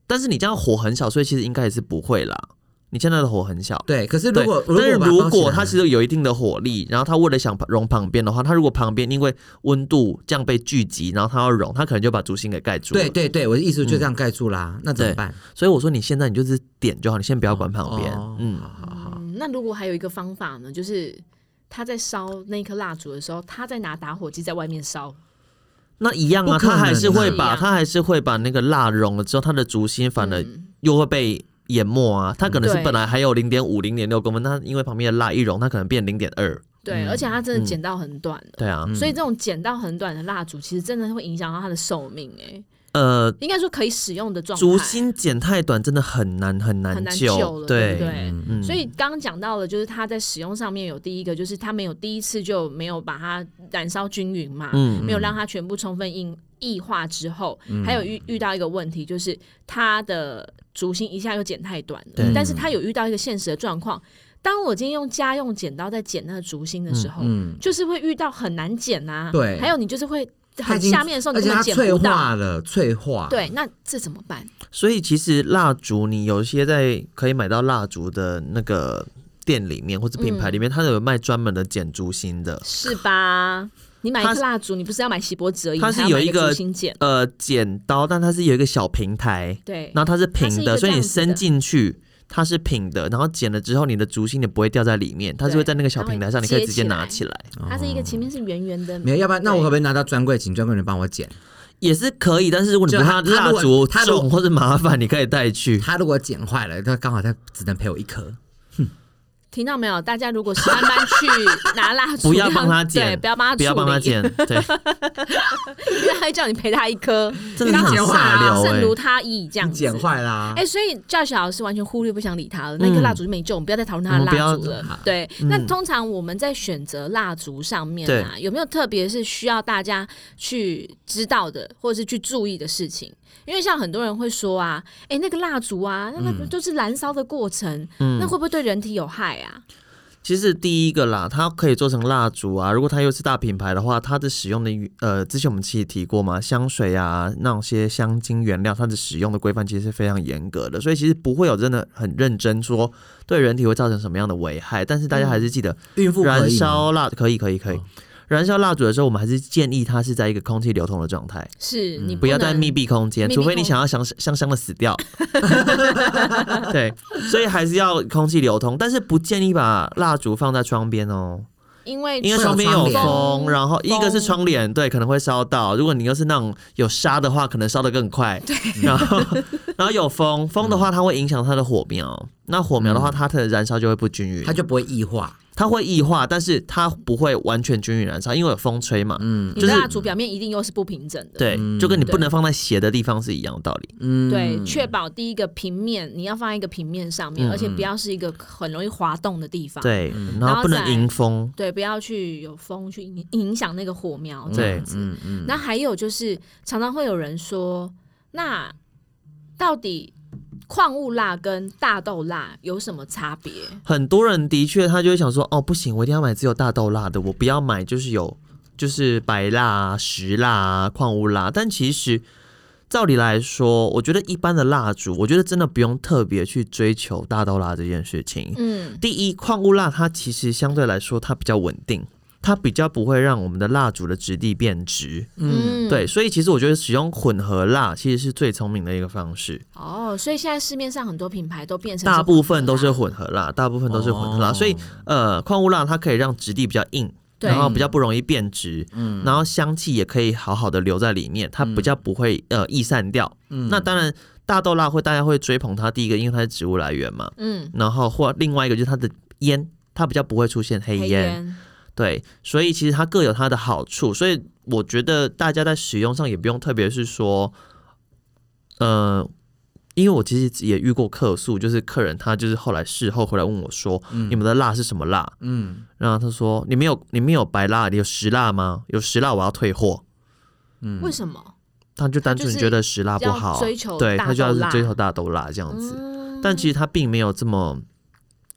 Speaker 2: 但是你这样火很小，所以其实应该也是不会啦。你现在的火很小，
Speaker 4: 对。可是如
Speaker 2: 对，
Speaker 4: 果
Speaker 2: 但是
Speaker 4: 我把它
Speaker 2: 如
Speaker 4: 包起
Speaker 2: 果
Speaker 4: 来
Speaker 2: 它其实有一定的火力，然后它为了想融旁边的话，它如果旁边因为温度这样被聚集，然后它要融，它可能就把烛芯给盖住了。
Speaker 4: 对，对对，我的意思就这样盖住啦，那怎么
Speaker 2: 嗯对
Speaker 4: 办？
Speaker 3: 哦
Speaker 2: 所以我说你现在你就是点就好，你先不要管旁边。
Speaker 4: 哦
Speaker 2: 嗯，
Speaker 4: 好好好，
Speaker 3: 嗯，那如果还有一个方法呢，就是他在烧那颗蜡烛的时候，他在拿打火机在外面烧，
Speaker 2: 那一样啊，嗯
Speaker 4: 不可
Speaker 2: 它还是会
Speaker 4: 能啊
Speaker 2: 把它还是会把那个蜡融了之后，它的烛芯反而
Speaker 3: 嗯
Speaker 2: 又会被。淹没啊！它可能是
Speaker 3: 对
Speaker 2: 本来还有零点五、零点六公分，那因为旁边的蜡一融，它可能变零点二。
Speaker 3: 对，而且他真的剪到很短的。
Speaker 2: 嗯对啊，
Speaker 3: 所以这种剪到很短的蜡烛，其实真的会影响到它的寿命、哎，
Speaker 2: 呃，
Speaker 3: 应该说可以使用的状态。
Speaker 2: 烛芯剪太短真的很难很
Speaker 3: 很
Speaker 2: 难
Speaker 3: 难
Speaker 2: 救，
Speaker 3: 救了，
Speaker 2: 对
Speaker 3: 不对？
Speaker 2: 嗯
Speaker 3: 所以刚刚讲到了，就是它在使用上面有第一个，就是它没有第一次就没有把它燃烧均匀嘛，
Speaker 2: 嗯
Speaker 3: 没有让它全部充分硬异化之后，
Speaker 4: 嗯
Speaker 3: 还有遇遇到一个问题，就是它的竹芯一下又剪太短了
Speaker 2: 对，
Speaker 3: 但是它有遇到一个现实的状况，当我今天用家用剪刀在剪那个竹芯的时候，
Speaker 4: 嗯，
Speaker 3: 就是会遇到很难剪呐、
Speaker 4: 对
Speaker 3: 还有你就是会
Speaker 4: 它已
Speaker 3: 很
Speaker 4: 经
Speaker 3: 下面的时候
Speaker 4: 而
Speaker 3: 你
Speaker 4: 且
Speaker 3: 根本
Speaker 4: 它
Speaker 3: 剪
Speaker 4: 脆
Speaker 3: 不到，
Speaker 4: 化了，脆化，，
Speaker 3: 对，那这怎么办？
Speaker 2: 所以其实蜡烛，你有一些在可以买到蜡烛的那个店里面或者品
Speaker 3: 嗯
Speaker 2: 牌里面，它有卖专门的剪烛芯的。
Speaker 3: 是吧？你买一
Speaker 2: 它
Speaker 3: 颗蜡烛，你不是要买锡箔纸而已，
Speaker 2: 它
Speaker 3: 你
Speaker 2: 是
Speaker 3: 还要
Speaker 2: 有
Speaker 3: 买
Speaker 2: 一个
Speaker 3: 竹芯剪，
Speaker 2: 呃，剪刀，但它是有一个小平台，
Speaker 3: 对，
Speaker 2: 然后它是平
Speaker 3: 它是一
Speaker 2: 的，
Speaker 3: 个
Speaker 2: 所以你
Speaker 3: 这样子的
Speaker 2: 伸进去它是平的，然后剪了之后，你的烛芯也不会掉在里面，它是会在那个小平台上，你
Speaker 3: 对
Speaker 2: 可以
Speaker 3: 它会
Speaker 2: 直接
Speaker 3: 接起
Speaker 2: 拿
Speaker 3: 来
Speaker 2: 起来，
Speaker 3: 它是一个前面是圆圆的，
Speaker 4: 哦没有，要不然那我
Speaker 3: 对
Speaker 4: 可不可以拿到专柜，请专柜人帮我剪？
Speaker 2: 也是可以。但是如果你
Speaker 4: 就
Speaker 2: 不怕
Speaker 4: 它它
Speaker 2: 蜡
Speaker 4: 如果
Speaker 2: 烛
Speaker 4: 它如果
Speaker 2: 重或者麻烦，你可以带
Speaker 3: (laughs)
Speaker 2: 去。
Speaker 4: 他如果剪坏了，他刚好他只能赔我一颗。
Speaker 3: 听到没有？大家如果是慢慢去拿蜡烛，
Speaker 2: (laughs) 不要帮他
Speaker 3: 对，
Speaker 2: 剪，
Speaker 3: 不要帮他，
Speaker 2: 不要帮他，剪，
Speaker 3: (laughs)
Speaker 2: 对，
Speaker 3: 因为他会叫你赔他
Speaker 2: (laughs)
Speaker 3: 一颗，
Speaker 2: 真的很
Speaker 4: 剪坏
Speaker 2: 下
Speaker 4: 了
Speaker 2: 流哎、
Speaker 3: 剩如他意这样子。
Speaker 4: 剪坏啦、
Speaker 3: 哎、所以教学老师完全忽略不想理他了，那个蜡烛就没救，我们不要再讨论他的蜡烛
Speaker 2: 嗯我
Speaker 3: 了。对，那
Speaker 2: 嗯
Speaker 3: 通常我们在选择蜡烛上面啊，有没有特别是需要大家去知道的，或者是去注意的事情？因为像很多人会说啊，哎、
Speaker 2: 嗯
Speaker 3: 那个蜡烛啊，那个就是燃烧的过程，那会不会对人体有害啊？
Speaker 2: 其实第一个啦，它可以做成蜡烛啊。如果它又是大品牌的话，它的使用的原呃，之前我们其实提过嘛，香水啊那些香精原料，它的使用的规范其实是非常严格的，所以其实不会有真的很认真说对人体会造成什么样的危害。但是大家还是记得，
Speaker 4: 孕妇嗯可
Speaker 2: 燃
Speaker 4: 以嗯吗
Speaker 2: 烧蜡可以可以可以，燃烧蜡烛的时候，我们还是建议它是在一个空气流通的状态。
Speaker 3: 是你
Speaker 2: 嗯不要在
Speaker 3: 能
Speaker 2: 密闭空间，
Speaker 3: 密闭
Speaker 2: 除非你
Speaker 3: 空
Speaker 2: 想要香香香的死掉。 (laughs) 对，所以还是要空气流通，但是不建议把蜡烛放在窗边哦，
Speaker 3: 因为
Speaker 2: 因为
Speaker 4: 会有
Speaker 2: 窗边
Speaker 4: 窗
Speaker 2: 有
Speaker 4: 帘
Speaker 2: 风，然后一个是
Speaker 3: 风
Speaker 2: 窗帘，对，可能会烧到。如果你又是那种有沙的话，可能烧得更快。对，然后然后有风，风的话它会影响它的火苗，那火苗的话它的燃烧就会不均匀，
Speaker 4: 它就不会异化。
Speaker 2: 它会异化，但是它不会完全均匀燃烧，因为有风吹嘛。
Speaker 4: 嗯
Speaker 3: 你
Speaker 2: 就
Speaker 3: 的
Speaker 2: 是
Speaker 3: 蜡烛表面一定又是不平整的。
Speaker 2: 对，就跟你不
Speaker 3: 对
Speaker 2: 能放在斜的地方是一样的道理。
Speaker 4: 嗯，
Speaker 3: 对，确保第一个平面，你要放在一个平面上面，而且不要是一个很容易滑动的地方。
Speaker 2: 嗯对，然
Speaker 3: 然
Speaker 2: 后
Speaker 3: 后
Speaker 2: 不能
Speaker 3: 再
Speaker 2: 迎风。
Speaker 3: 对，不要去有风去影影响那个火苗这
Speaker 2: 对
Speaker 3: 样，子。
Speaker 4: 嗯嗯，
Speaker 3: 那还有就是，常常会有人说，那到底矿物蜡跟大豆蜡有什么差别？
Speaker 2: 很多人的确他就会想说，哦，不行，我一定要买只有大豆蜡的，我不要买就是有就是白蜡啊、石蜡啊、矿物蜡。但其实照理来说，我觉得一般的蜡烛，我觉得真的不用特别去追求大豆蜡这件事情。
Speaker 3: 嗯，
Speaker 2: 第一，矿物蜡它其实相对来说它比较稳定，它比较不会让我们的蜡烛的质地变直。
Speaker 3: 嗯，
Speaker 2: 对，所以其实我觉得使用混合蜡其实是最聪明的一个方式。
Speaker 3: 哦，所以现在市面上很多品牌都变成
Speaker 2: 大部分都
Speaker 3: 混
Speaker 2: 是
Speaker 3: 合蜡
Speaker 2: 混合蜡，大部分都是混合蜡，
Speaker 4: 哦
Speaker 2: 所以呃，矿物蜡它可以让质地比较硬。
Speaker 3: 对
Speaker 2: 然后比较不容易变质，嗯，然后香气也可以好好的留在里面，它比较不会、呃易散掉。那当然，大豆蜡会大家会追捧它，第一个因为它是植物来源嘛，
Speaker 3: 嗯，
Speaker 2: 然后或另外一个就是它的烟，它比较不会出现黑
Speaker 3: 黑
Speaker 2: 烟，
Speaker 3: 烟，
Speaker 2: 对，所以其实它各有它的好处，所以我觉得大家在使用上也不用特别是说，呃，因为我其实也遇过客诉，就是客人他就是后来事后回来问我说，你们的蜡是什么蜡？
Speaker 4: 嗯
Speaker 2: 然后他说你们有你们有白蜡，你有石蜡吗？有石蜡我要退货。嗯
Speaker 3: 为什么？
Speaker 2: 他就单纯
Speaker 3: 就是
Speaker 2: 觉得石蜡不
Speaker 3: 要
Speaker 2: 好，
Speaker 3: 追求
Speaker 2: 对
Speaker 3: 大
Speaker 2: 他就要
Speaker 3: 豆
Speaker 2: 是
Speaker 3: 蜡
Speaker 2: 追求大豆蜡这样子。
Speaker 3: 嗯，
Speaker 2: 但其实他并没有这么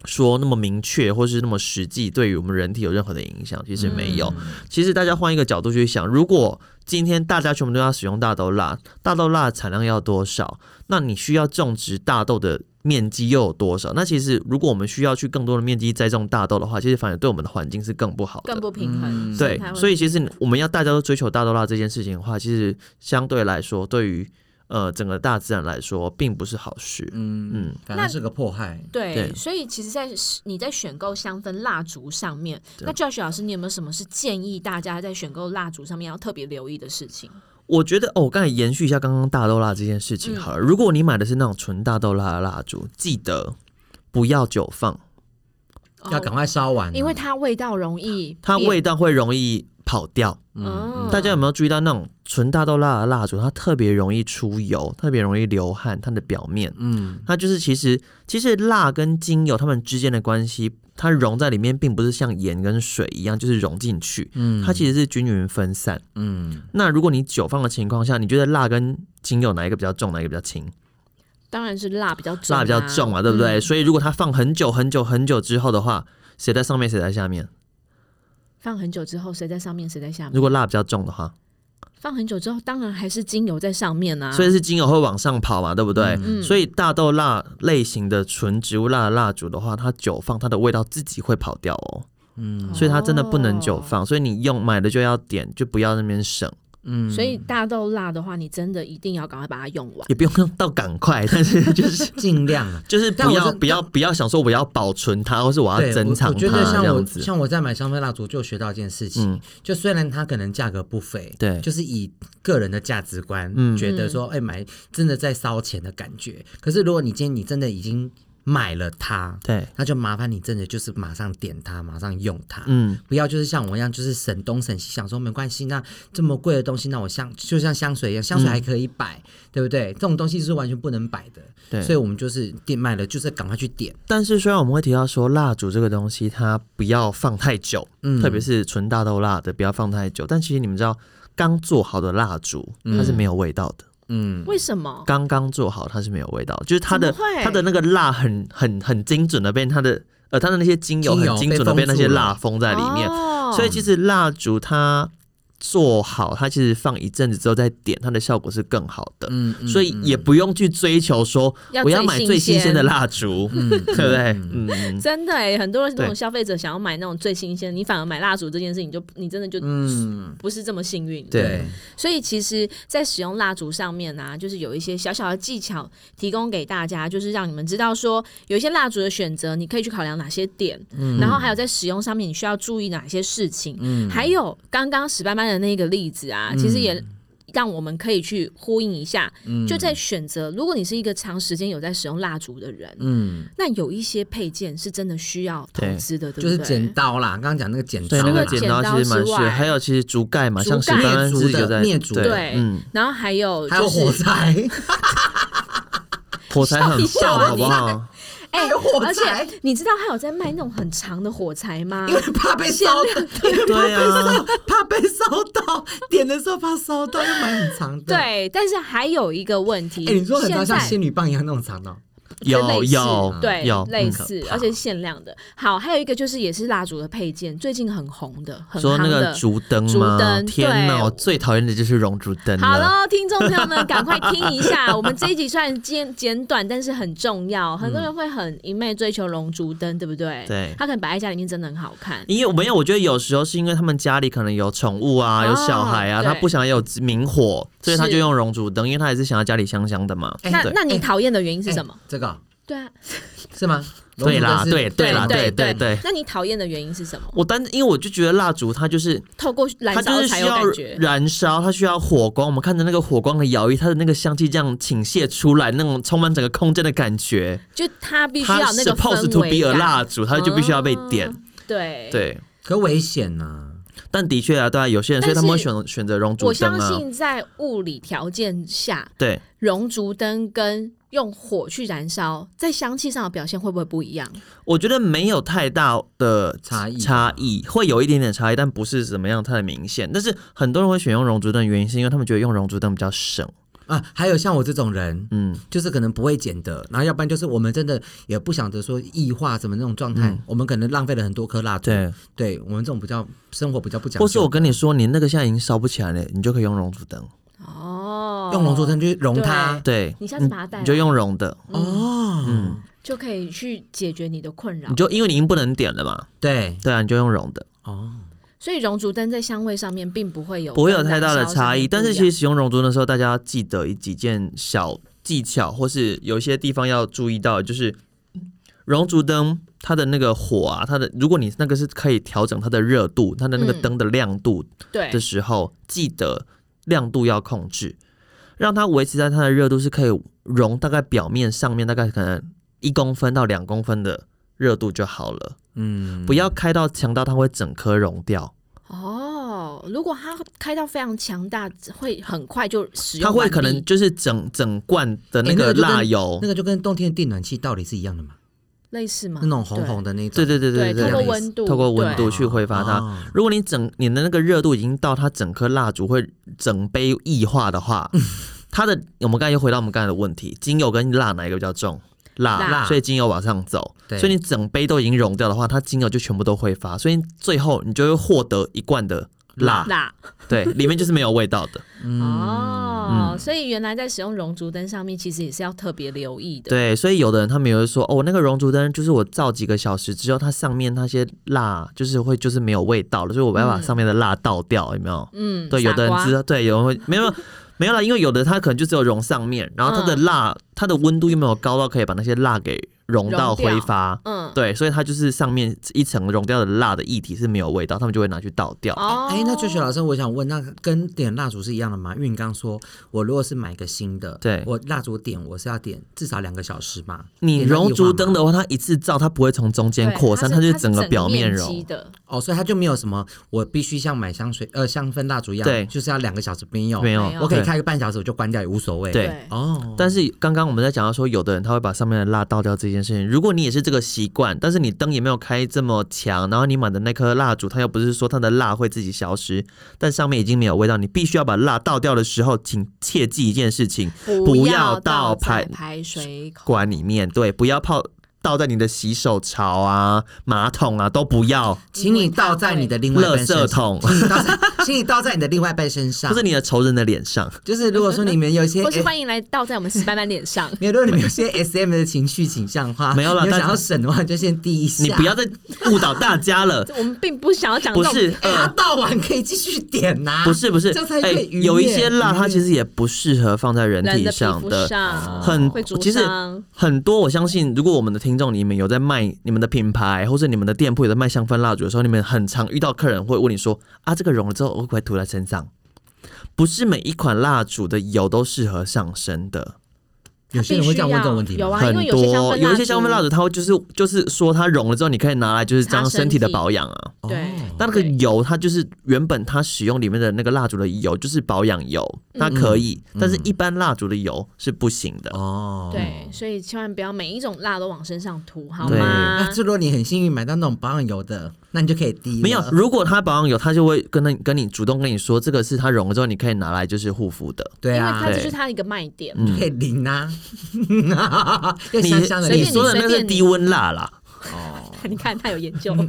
Speaker 2: 说那么明确，或是那么实际，对于我们人体有任何的影响，其实没
Speaker 3: 嗯
Speaker 2: 有。其实大家换一个角度去想，如果今天大家全部都要使用大豆蜡，大豆蜡产量要多少？那你需要种植大豆的面积又有多少？那其实如果我们需要去更多的面积栽种大豆的话，其实反而对我们的环境是更不好的
Speaker 3: 更。不平衡，
Speaker 4: 嗯
Speaker 2: 对
Speaker 3: 生态，会
Speaker 2: 所以其实我们要大家都追求大豆蜡这件事情的话，其实相对来说，对于呃整个大自然来说，并不是好事。
Speaker 4: 嗯
Speaker 2: 嗯
Speaker 4: 嗯，反正是个迫害。
Speaker 3: 对，
Speaker 2: 对
Speaker 3: 所以其实在使，你在选购香氛蜡烛上面，那 Josh 老师，你有没有什么是建议大家在选购蜡烛上面要特别留意的事情？
Speaker 2: 我觉得哦，我刚才延续一下刚刚大豆蜡这件事
Speaker 4: 嗯
Speaker 2: 情好了。如果你买的是那种纯大豆蜡的蜡烛，记得不要久放，
Speaker 4: 要赶快烧完
Speaker 3: 哦
Speaker 4: 啊，
Speaker 3: 因为它味道容易变，
Speaker 2: 它味道会容易跑掉。
Speaker 3: 嗯，
Speaker 2: 大家有没有注意到那种纯大豆蜡的蜡烛，它特别容易出油，特别容易流汗，它的表面，
Speaker 4: 嗯
Speaker 2: 它就是其实其实蜡跟精油它们之间的关系，它溶在里面，并不是像盐跟水一样就是溶进去，
Speaker 4: 嗯，
Speaker 2: 它其实是均匀分散。
Speaker 4: 嗯
Speaker 2: 那如果你久放的情况下，你觉得蜡跟精油哪一个比较重，哪一个比较轻？
Speaker 3: 当然是蜡比较重、啊嗯
Speaker 2: 蜡比较重嘛，对不对？？所以如果它放很久很久很久之后的话，谁在上面，谁在下面？
Speaker 3: 放很久之后，谁在上面，谁在下面？
Speaker 2: 如果蜡比较重的话，
Speaker 3: 放很久之后，当然还是精油在上面啊。
Speaker 2: 所以是精油会往上跑嘛，对不对？
Speaker 3: 嗯
Speaker 2: 所以大豆蜡类型的纯植物蜡的蜡烛的话，它久放它的味道自己会跑掉哦，
Speaker 4: 嗯
Speaker 2: 所以它真的不能久
Speaker 3: 哦
Speaker 2: 放。所以你用买的就要点，就不要在那边省，
Speaker 3: (laughs)
Speaker 4: 嗯，
Speaker 3: 所以大豆蜡的话，你真的一定要赶快把它用完。
Speaker 2: 也不用用到赶快，但是 (laughs) 就是。
Speaker 4: 尽量啊
Speaker 2: 就是
Speaker 4: 但
Speaker 2: 不
Speaker 4: 我
Speaker 2: 要
Speaker 4: 是
Speaker 2: 不要不要想说我要保存它，或是 (laughs) 我要
Speaker 4: 对，
Speaker 2: 珍
Speaker 4: 我
Speaker 2: 藏
Speaker 4: 我
Speaker 2: 它
Speaker 4: 觉得像
Speaker 2: 这样
Speaker 4: 我
Speaker 2: 子。
Speaker 4: 像我在买香氛蜡烛就学到一件事情，
Speaker 2: 嗯，
Speaker 4: 就虽然它可能价格不菲，
Speaker 2: 对
Speaker 4: 就是以个人的价值观，
Speaker 2: 嗯
Speaker 4: 觉得说，哎、买真的在烧钱的感觉。可是如果你今天你真的已经买了它，
Speaker 2: 对，
Speaker 4: 那就麻烦你真的就是马上点它，马上用它，
Speaker 2: 嗯，
Speaker 4: 不要就是像我一样，就是省东省西，想说没关系，那这么贵的东西，那我香就像香水一样，香水还可以摆，对不对？这种东西是完全不能摆的，
Speaker 2: 对。
Speaker 4: 所以我们就是点买了就是赶快去点，
Speaker 2: 但是虽然我们会提到说蜡烛这个东西，它不要放太久，
Speaker 4: 嗯
Speaker 2: 特别是纯大豆蜡的不要放太久。但其实你们知道，刚做好的蜡烛它是没有味道的，
Speaker 4: 嗯，
Speaker 3: 为什么？
Speaker 2: 刚刚做好它是没有味道，就是它的
Speaker 3: 怎么会
Speaker 2: 它的那个蜡很很很精准的被它的呃，它的那些精油
Speaker 4: 精油
Speaker 2: 很精准的
Speaker 4: 被
Speaker 2: 被那些
Speaker 4: 封住了
Speaker 2: 蜡封在里面，
Speaker 3: 哦
Speaker 2: 所以其实蜡烛它做好，它其实放一阵子之后再点，它的效果是更好的。
Speaker 4: 嗯，嗯
Speaker 2: 所以也不用去追求说
Speaker 3: 要
Speaker 2: 我要买最新鲜的蜡烛， (laughs) 对不对？嗯，嗯
Speaker 3: 真的哎，很多那种
Speaker 2: 对
Speaker 3: 消费者想要买那种最新鲜，你反而买蜡烛这件事情，你就你真的就
Speaker 4: 嗯，
Speaker 3: 不是这么幸运。
Speaker 2: 对
Speaker 4: 对，
Speaker 3: 所以其实，在使用蜡烛上面啊，就是有一些小小的技巧提供给大家，就是让你们知道说，有一些蜡烛的选择，你可以去考量哪些点，
Speaker 4: 嗯
Speaker 3: 然后还有在使用上面你需要注意哪些事情。还有刚刚史斑斑的那个例子啊，其实
Speaker 4: 嗯
Speaker 3: 也。让我们可以去呼应一下，就在选择。如果你是一个长时间有在使用蜡烛的人，
Speaker 4: 嗯，
Speaker 3: 那有一些配件是真的需要投资的，对
Speaker 4: 就是
Speaker 3: 不对？
Speaker 4: 剪刀啦，刚刚讲那个剪
Speaker 2: 所
Speaker 4: 刀
Speaker 2: 以那
Speaker 4: 啦
Speaker 2: 个
Speaker 3: 除了
Speaker 2: 剪刀其实蛮
Speaker 3: 剪刀之
Speaker 2: 适合，
Speaker 3: 外
Speaker 2: 还有其实竹盖嘛，
Speaker 3: 竹
Speaker 2: 像是刚
Speaker 3: 盖
Speaker 2: 刚
Speaker 4: 灭
Speaker 2: 自己
Speaker 4: 竹的
Speaker 2: 有在
Speaker 4: 灭竹的
Speaker 3: 对
Speaker 2: 嗯，
Speaker 3: 然后还有
Speaker 4: 还有
Speaker 3: 就是
Speaker 4: 火柴，
Speaker 2: 火柴很
Speaker 3: 笑
Speaker 2: 棒，
Speaker 3: 啊
Speaker 2: 好不好？
Speaker 4: (laughs)
Speaker 3: 哎、
Speaker 4: 有火
Speaker 3: 而且
Speaker 4: 柴
Speaker 3: 你知道他有在卖那种很长的火柴
Speaker 4: (laughs)
Speaker 3: 吗
Speaker 4: 因？为怕被烧到，因为
Speaker 2: 对
Speaker 3: (laughs)
Speaker 2: 啊，
Speaker 4: 怕被烧到，点的时候怕烧到，又买很长的。，
Speaker 3: 对，但是还有一个问题，
Speaker 4: 哎，你说很
Speaker 3: 现
Speaker 4: 多像
Speaker 3: 在
Speaker 4: 仙女棒一样那种长的，
Speaker 3: 就类
Speaker 2: 有
Speaker 3: 似
Speaker 2: 有
Speaker 3: 对
Speaker 2: 有
Speaker 3: 类
Speaker 2: 嗯
Speaker 3: 似，
Speaker 4: 怕
Speaker 3: 而且是限量的。好，还有一个就是也是蜡烛的配件，最近很红的，很
Speaker 2: 说
Speaker 3: 夯
Speaker 2: 那个
Speaker 3: 的。
Speaker 2: 竹灯
Speaker 3: 竹
Speaker 2: 吗？
Speaker 3: 灯
Speaker 2: 天
Speaker 3: 对
Speaker 2: 我最讨厌的就是熔烛灯
Speaker 3: 好
Speaker 2: 了。
Speaker 3: 喽，听众朋友们，赶快听一下，我们这一集虽然简简短，但是很重要。很多人会很一昧追求龙珠灯，对不对？
Speaker 2: 对
Speaker 3: 他可能摆在家里面真的很好看。
Speaker 2: 因为没有，我觉得有时候是因为他们家里可能有宠物啊，有小孩啊，
Speaker 3: 哦
Speaker 2: 他
Speaker 3: 对
Speaker 2: 不想有明火，所以他
Speaker 3: 是
Speaker 2: 就用熔烛灯，因为他也是想要家里香香的嘛。
Speaker 4: 哎
Speaker 3: 那
Speaker 2: 对哎
Speaker 3: 那你讨厌的原因
Speaker 4: 这
Speaker 3: 是什么？？
Speaker 4: 这个
Speaker 3: 对啊，
Speaker 4: 是吗？
Speaker 2: 对啦，
Speaker 4: 龙珠
Speaker 2: 对
Speaker 4: 的是
Speaker 2: 对啦，
Speaker 3: 对
Speaker 2: 对对对。
Speaker 3: 那你讨厌的原因是什么？
Speaker 2: 我单因为我就觉得蜡烛它就是
Speaker 3: 透过
Speaker 2: 它
Speaker 3: 燃
Speaker 2: 就
Speaker 3: 烧
Speaker 2: 是
Speaker 3: 才
Speaker 2: 需
Speaker 3: 有
Speaker 2: 要
Speaker 3: 感觉。
Speaker 2: 燃烧，它需要火光。我们看着那个火光的摇曳，它的那个香气这样倾泻出来，那种充满整个空间的感觉。
Speaker 3: 就他必须
Speaker 2: 它
Speaker 3: 要有那个
Speaker 2: supposed
Speaker 3: 氛
Speaker 2: to be
Speaker 3: 围
Speaker 2: a
Speaker 3: 感。
Speaker 2: 蜡烛，它就必须要被
Speaker 3: 哦
Speaker 2: 点。
Speaker 3: 对，
Speaker 2: 对，
Speaker 4: 可危险呐。
Speaker 2: 但的确啊，对啊，有些人，所以他们会
Speaker 3: 但是
Speaker 2: 选选择熔烛
Speaker 3: 我
Speaker 2: 灯
Speaker 3: 相
Speaker 2: 啊。
Speaker 3: 信在物理条件下，
Speaker 2: 对，
Speaker 3: 熔烛灯跟用火去燃烧，在香气上的表现会不会不一样？
Speaker 2: 我觉得没有太大的
Speaker 4: 差异吧
Speaker 2: 差异会有一点点差异，但不是怎么样太明显。但是很多人会选用熔烛灯，原因是因为他们觉得用熔烛灯比较省。
Speaker 4: 啊，还有像我这种人，
Speaker 2: 嗯，
Speaker 4: 就是可能不会剪的，然后要不然就是我们真的也不想着说异化什么那种状态，我们可能浪费了很多颗蜡烛。
Speaker 2: 嗯对。
Speaker 4: 对我们这种比较生活比较不讲究，
Speaker 2: 或是我跟你说，你那个现在已经烧不起来了，你就可以用熔烛灯。
Speaker 3: 哦，
Speaker 4: 用龙珠灯去融它。
Speaker 2: 对，
Speaker 3: 你下次把它带来
Speaker 2: 你就用熔的，
Speaker 4: 哦，嗯，
Speaker 3: 就可以去解决你的困扰
Speaker 2: 你。就因为你已经不能点了嘛。
Speaker 4: 对，
Speaker 2: 对啊，嗯你就用熔的，
Speaker 4: 哦，
Speaker 3: 所以熔烛灯在香味上面并不会有
Speaker 2: 不会有太大的差异。
Speaker 3: 跟
Speaker 2: 但
Speaker 3: 燃烧上面不一样
Speaker 2: 是其实使用熔烛的时候，大家要记得几件小技巧，或是有一些地方要注意到，就是熔烛灯它的那个火啊，它的如果你那个是可以调整它的热度，它的那个
Speaker 3: 嗯
Speaker 2: 灯的亮度的
Speaker 3: 对
Speaker 2: 时候，记得亮度要控制，让它维持在它的热度是可以融大概表面上面大概可能一公分到两公分的热度就好了，
Speaker 4: 嗯，
Speaker 2: 不要开到强到它会整颗融掉，
Speaker 3: 哦，如果它开到非常强大，会很快就使用
Speaker 2: 它
Speaker 3: 完毕，
Speaker 2: 会可能就是整整罐的那
Speaker 4: 诶那
Speaker 2: 个
Speaker 4: 个就跟
Speaker 2: 蜡油
Speaker 4: 那，个就跟冬天的电暖气道理是一样的嘛，
Speaker 3: 类似吗？
Speaker 4: 那种红红的那种。
Speaker 2: 嗯对对对对
Speaker 3: 对
Speaker 2: 对，
Speaker 3: 透过
Speaker 2: 对
Speaker 3: 温度
Speaker 2: 透过温
Speaker 3: 对
Speaker 2: 度去挥发它。
Speaker 4: 哦
Speaker 2: 如果你整你的那个热度已经到它整颗蜡烛会整杯液化的话，它的我们刚才又回到我们刚才的问题，精油跟蜡哪一个比较重？蜡，
Speaker 3: 蜡
Speaker 2: 所以精油往上走，
Speaker 4: 对
Speaker 2: 所以你整杯都已经溶掉的话，它精油就全部都挥发，所以最后你就会获得一罐的蜡，
Speaker 3: 辣
Speaker 2: 对，里面就是没有味道的，嗯
Speaker 3: 哦，所以原来在使用熔烛灯上面，其实也是要特别留意的。
Speaker 2: 对，所以有的人他们也会说，哦，那个熔烛灯就是我照几个小时之后，它上面那些蜡就是会就是没有味道了，所以我要把上面的蜡倒掉，有没有？
Speaker 3: 嗯，
Speaker 2: 对，有的人
Speaker 3: 傻瓜
Speaker 2: 知道，对，有人会没有没有啦，因为有的它可能就只有融上面，然后它
Speaker 3: 嗯
Speaker 2: 的蜡、它的温度又没有高到可以把那些蜡给融到
Speaker 3: 融掉
Speaker 2: 挥发，
Speaker 3: 嗯，
Speaker 2: 对，所以它就是上面一层融掉的蜡的液体是没有味道，他们就会拿去倒掉。
Speaker 3: 哦，
Speaker 4: 哎，那翠雪老师，我想问，那跟点蜡烛是一样的吗？因为你刚说，我如果是买一个新的，
Speaker 2: 对
Speaker 4: 我蜡烛点我是要点至少两个小时嘛。
Speaker 2: 你
Speaker 4: 点到
Speaker 2: 熔
Speaker 4: 液化
Speaker 2: 烛
Speaker 4: 嘛
Speaker 2: 灯的话，它一次照它不会从中间
Speaker 3: 对
Speaker 2: 扩散，
Speaker 3: 它
Speaker 2: 就是整个表面
Speaker 3: 面积
Speaker 2: 融。
Speaker 3: 的，
Speaker 4: 哦，所以它就没有什么，我必须像买香水呃香氛蜡烛一样，
Speaker 2: 对
Speaker 4: 就是要两个小时没有，
Speaker 2: 没有
Speaker 3: 没，有
Speaker 4: 我可以
Speaker 2: 对
Speaker 4: 开个半小时我就关掉也无所谓。
Speaker 2: 对
Speaker 3: 对
Speaker 4: 哦，
Speaker 2: 但是刚刚我们在讲到说，有的人他会把上面的蜡倒掉这件事情。如果你也是这个习惯，但是你灯也没有开这么强，然后你买的那颗蜡烛，它又不是说它的蜡会自己消失，但上面已经没有味道，你必须要把蜡倒掉的时候，请切记一件事情：不
Speaker 3: 不
Speaker 2: 要倒
Speaker 3: 倒在
Speaker 2: 排
Speaker 3: 排水口。
Speaker 2: (laughs) 管里面，对，不要泡倒在你的洗手槽啊、马桶啊都不要，
Speaker 4: 请你倒在你的另外一半身
Speaker 2: 垃圾桶
Speaker 4: 上，请你倒在，请你倒在你的另外一半身上
Speaker 2: 或。是你的仇人的脸上。
Speaker 4: 就是如果说你们有一些
Speaker 3: (laughs)
Speaker 4: 哎。
Speaker 3: 或是欢迎来到在我们石斑斑脸上 (laughs)
Speaker 4: 没有，如果你们有些 S M 的情绪倾向的话，
Speaker 2: 没有啦
Speaker 4: 你
Speaker 2: 但是
Speaker 4: 想要省的话，就先滴一下。
Speaker 2: 你不要再误导大家了。
Speaker 3: 我们并不想要讲
Speaker 2: 不
Speaker 3: 这种，
Speaker 2: 是，
Speaker 4: 哎，它
Speaker 2: 呃，
Speaker 4: 倒完可以继续点
Speaker 3: 啊
Speaker 4: 呐、
Speaker 2: 不是不是
Speaker 4: 这样才，
Speaker 2: 哎
Speaker 4: 可以、愉悦嗯
Speaker 2: 有一些蜡它其
Speaker 4: 愉
Speaker 2: 实也不适合放在人
Speaker 3: 人
Speaker 2: 体
Speaker 3: 的皮
Speaker 2: 上
Speaker 3: 肤
Speaker 2: 的，
Speaker 3: 上
Speaker 2: 很
Speaker 3: 会灼
Speaker 2: 其实
Speaker 3: 伤
Speaker 2: 很多，我相信，如果我们的听众你们有在卖你们的品牌，或是你们的店铺有在卖香氛蜡烛的时候，你们很常遇到客人会问你说：“啊，这个融了之后我会不会涂在身上？”不是每一款蜡烛的油都适合上身的，
Speaker 4: 悦有些人会这样问这种问题吗，
Speaker 3: 有啊，
Speaker 2: 很
Speaker 3: 因为有些香
Speaker 2: 多
Speaker 3: 氛
Speaker 2: 有一些香氛蜡
Speaker 3: 烛，
Speaker 2: 烛，它会就是就是说它融了之后，你可以拿来就是当
Speaker 3: 擦
Speaker 2: 身体的
Speaker 3: 身体
Speaker 2: 保养啊。
Speaker 4: 哦
Speaker 3: 对
Speaker 2: 但那个
Speaker 3: 对
Speaker 2: 油，它就是原本它使用里面的那个蜡烛的油，就是保养油，
Speaker 3: 嗯
Speaker 2: 它可以，但是一般蜡烛的油是不行的。
Speaker 4: 哦，
Speaker 3: 对，所以千万不要每一种蜡都往身上涂，好
Speaker 2: 对
Speaker 3: 吗
Speaker 4: 那？就如果你很幸运买到那种保养油的，那你就可以滴了。
Speaker 2: 没有，如果它保养油，它就会跟那跟你主动跟你说，这个是它融了之后你可以拿来就是护肤的。
Speaker 4: 对
Speaker 3: 因为
Speaker 4: 啊
Speaker 3: 它，这就是它的一个卖点。
Speaker 2: 嗯
Speaker 4: 你可以淋啊，
Speaker 2: (laughs)
Speaker 4: 要
Speaker 2: 你
Speaker 4: 香香的，
Speaker 3: 随
Speaker 2: 你
Speaker 3: 便
Speaker 2: 说的那
Speaker 3: 随
Speaker 2: 是
Speaker 3: 便你
Speaker 2: 低温蜡啦，
Speaker 3: (laughs) 你看他有研
Speaker 2: (laughs)
Speaker 3: 究。
Speaker 4: (laughs) 因为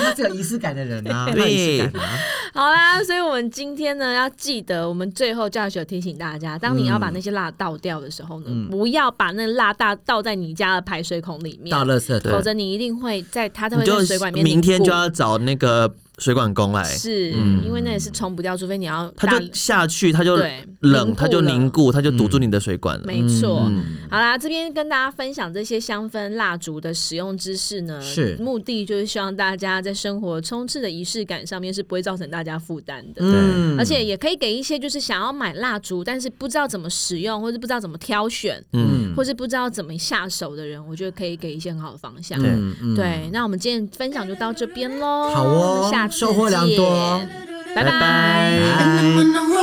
Speaker 4: 他是有仪式感的人啊，
Speaker 2: 对
Speaker 4: 他有仪式感啊。
Speaker 3: 好啦，所以我们今天呢，要记得我们最后教学有提醒大家，当你要把那些蜡倒掉的时候呢，
Speaker 2: 嗯
Speaker 3: 不要把那蜡大倒在你家的排水孔里面
Speaker 4: 到，垃圾
Speaker 2: 对
Speaker 4: 桶
Speaker 3: 否则你一定会在它都
Speaker 2: 你
Speaker 3: 会
Speaker 2: 就
Speaker 3: 在水管里面
Speaker 2: 明
Speaker 3: 凝
Speaker 2: 天
Speaker 3: 固
Speaker 2: 就要找那个水管工来，嗯
Speaker 3: 是、因为那也是冲不掉，除非你要
Speaker 2: 它
Speaker 3: 大
Speaker 2: 就下去，它就
Speaker 3: 对凝
Speaker 2: 冷，
Speaker 3: 固
Speaker 2: 它就
Speaker 3: 了嗯
Speaker 2: 凝固，它就堵住你的水管了。
Speaker 3: 没错，
Speaker 4: 嗯
Speaker 3: 好啦，这边跟大家分享这些香氛蜡烛的使用知识呢，
Speaker 4: 是
Speaker 3: 目的就是希望大家在生活充斥的仪式感上面是不会造成大家负担的。
Speaker 4: 嗯
Speaker 3: 而且也可以给一些就是想要买蜡烛，但是不知道怎么使用，或是不知道怎么挑选，
Speaker 4: 嗯
Speaker 3: 或是不知道怎么下手的人，我觉得可以给一些很好的方向。
Speaker 2: 对
Speaker 4: 嗯嗯，
Speaker 3: 对，那我们今天分享就到这边喽。
Speaker 4: 好哦
Speaker 3: 下次
Speaker 4: 收获良多哦
Speaker 3: 见拜
Speaker 2: 拜拜
Speaker 1: And I'm on a roll.